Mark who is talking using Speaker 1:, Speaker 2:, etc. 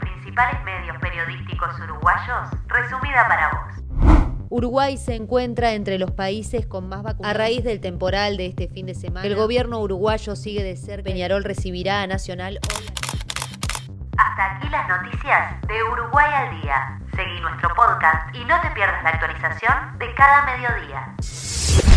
Speaker 1: principales medios periodísticos uruguayos, resumida para vos.
Speaker 2: Uruguay se encuentra entre los países con más vacunas. A raíz del temporal de este fin de semana, el gobierno uruguayo sigue de cerca. Peñarol recibirá a Nacional hoy.
Speaker 1: Hasta aquí las noticias de Uruguay al día. Seguí nuestro podcast y no te pierdas la actualización de cada mediodía.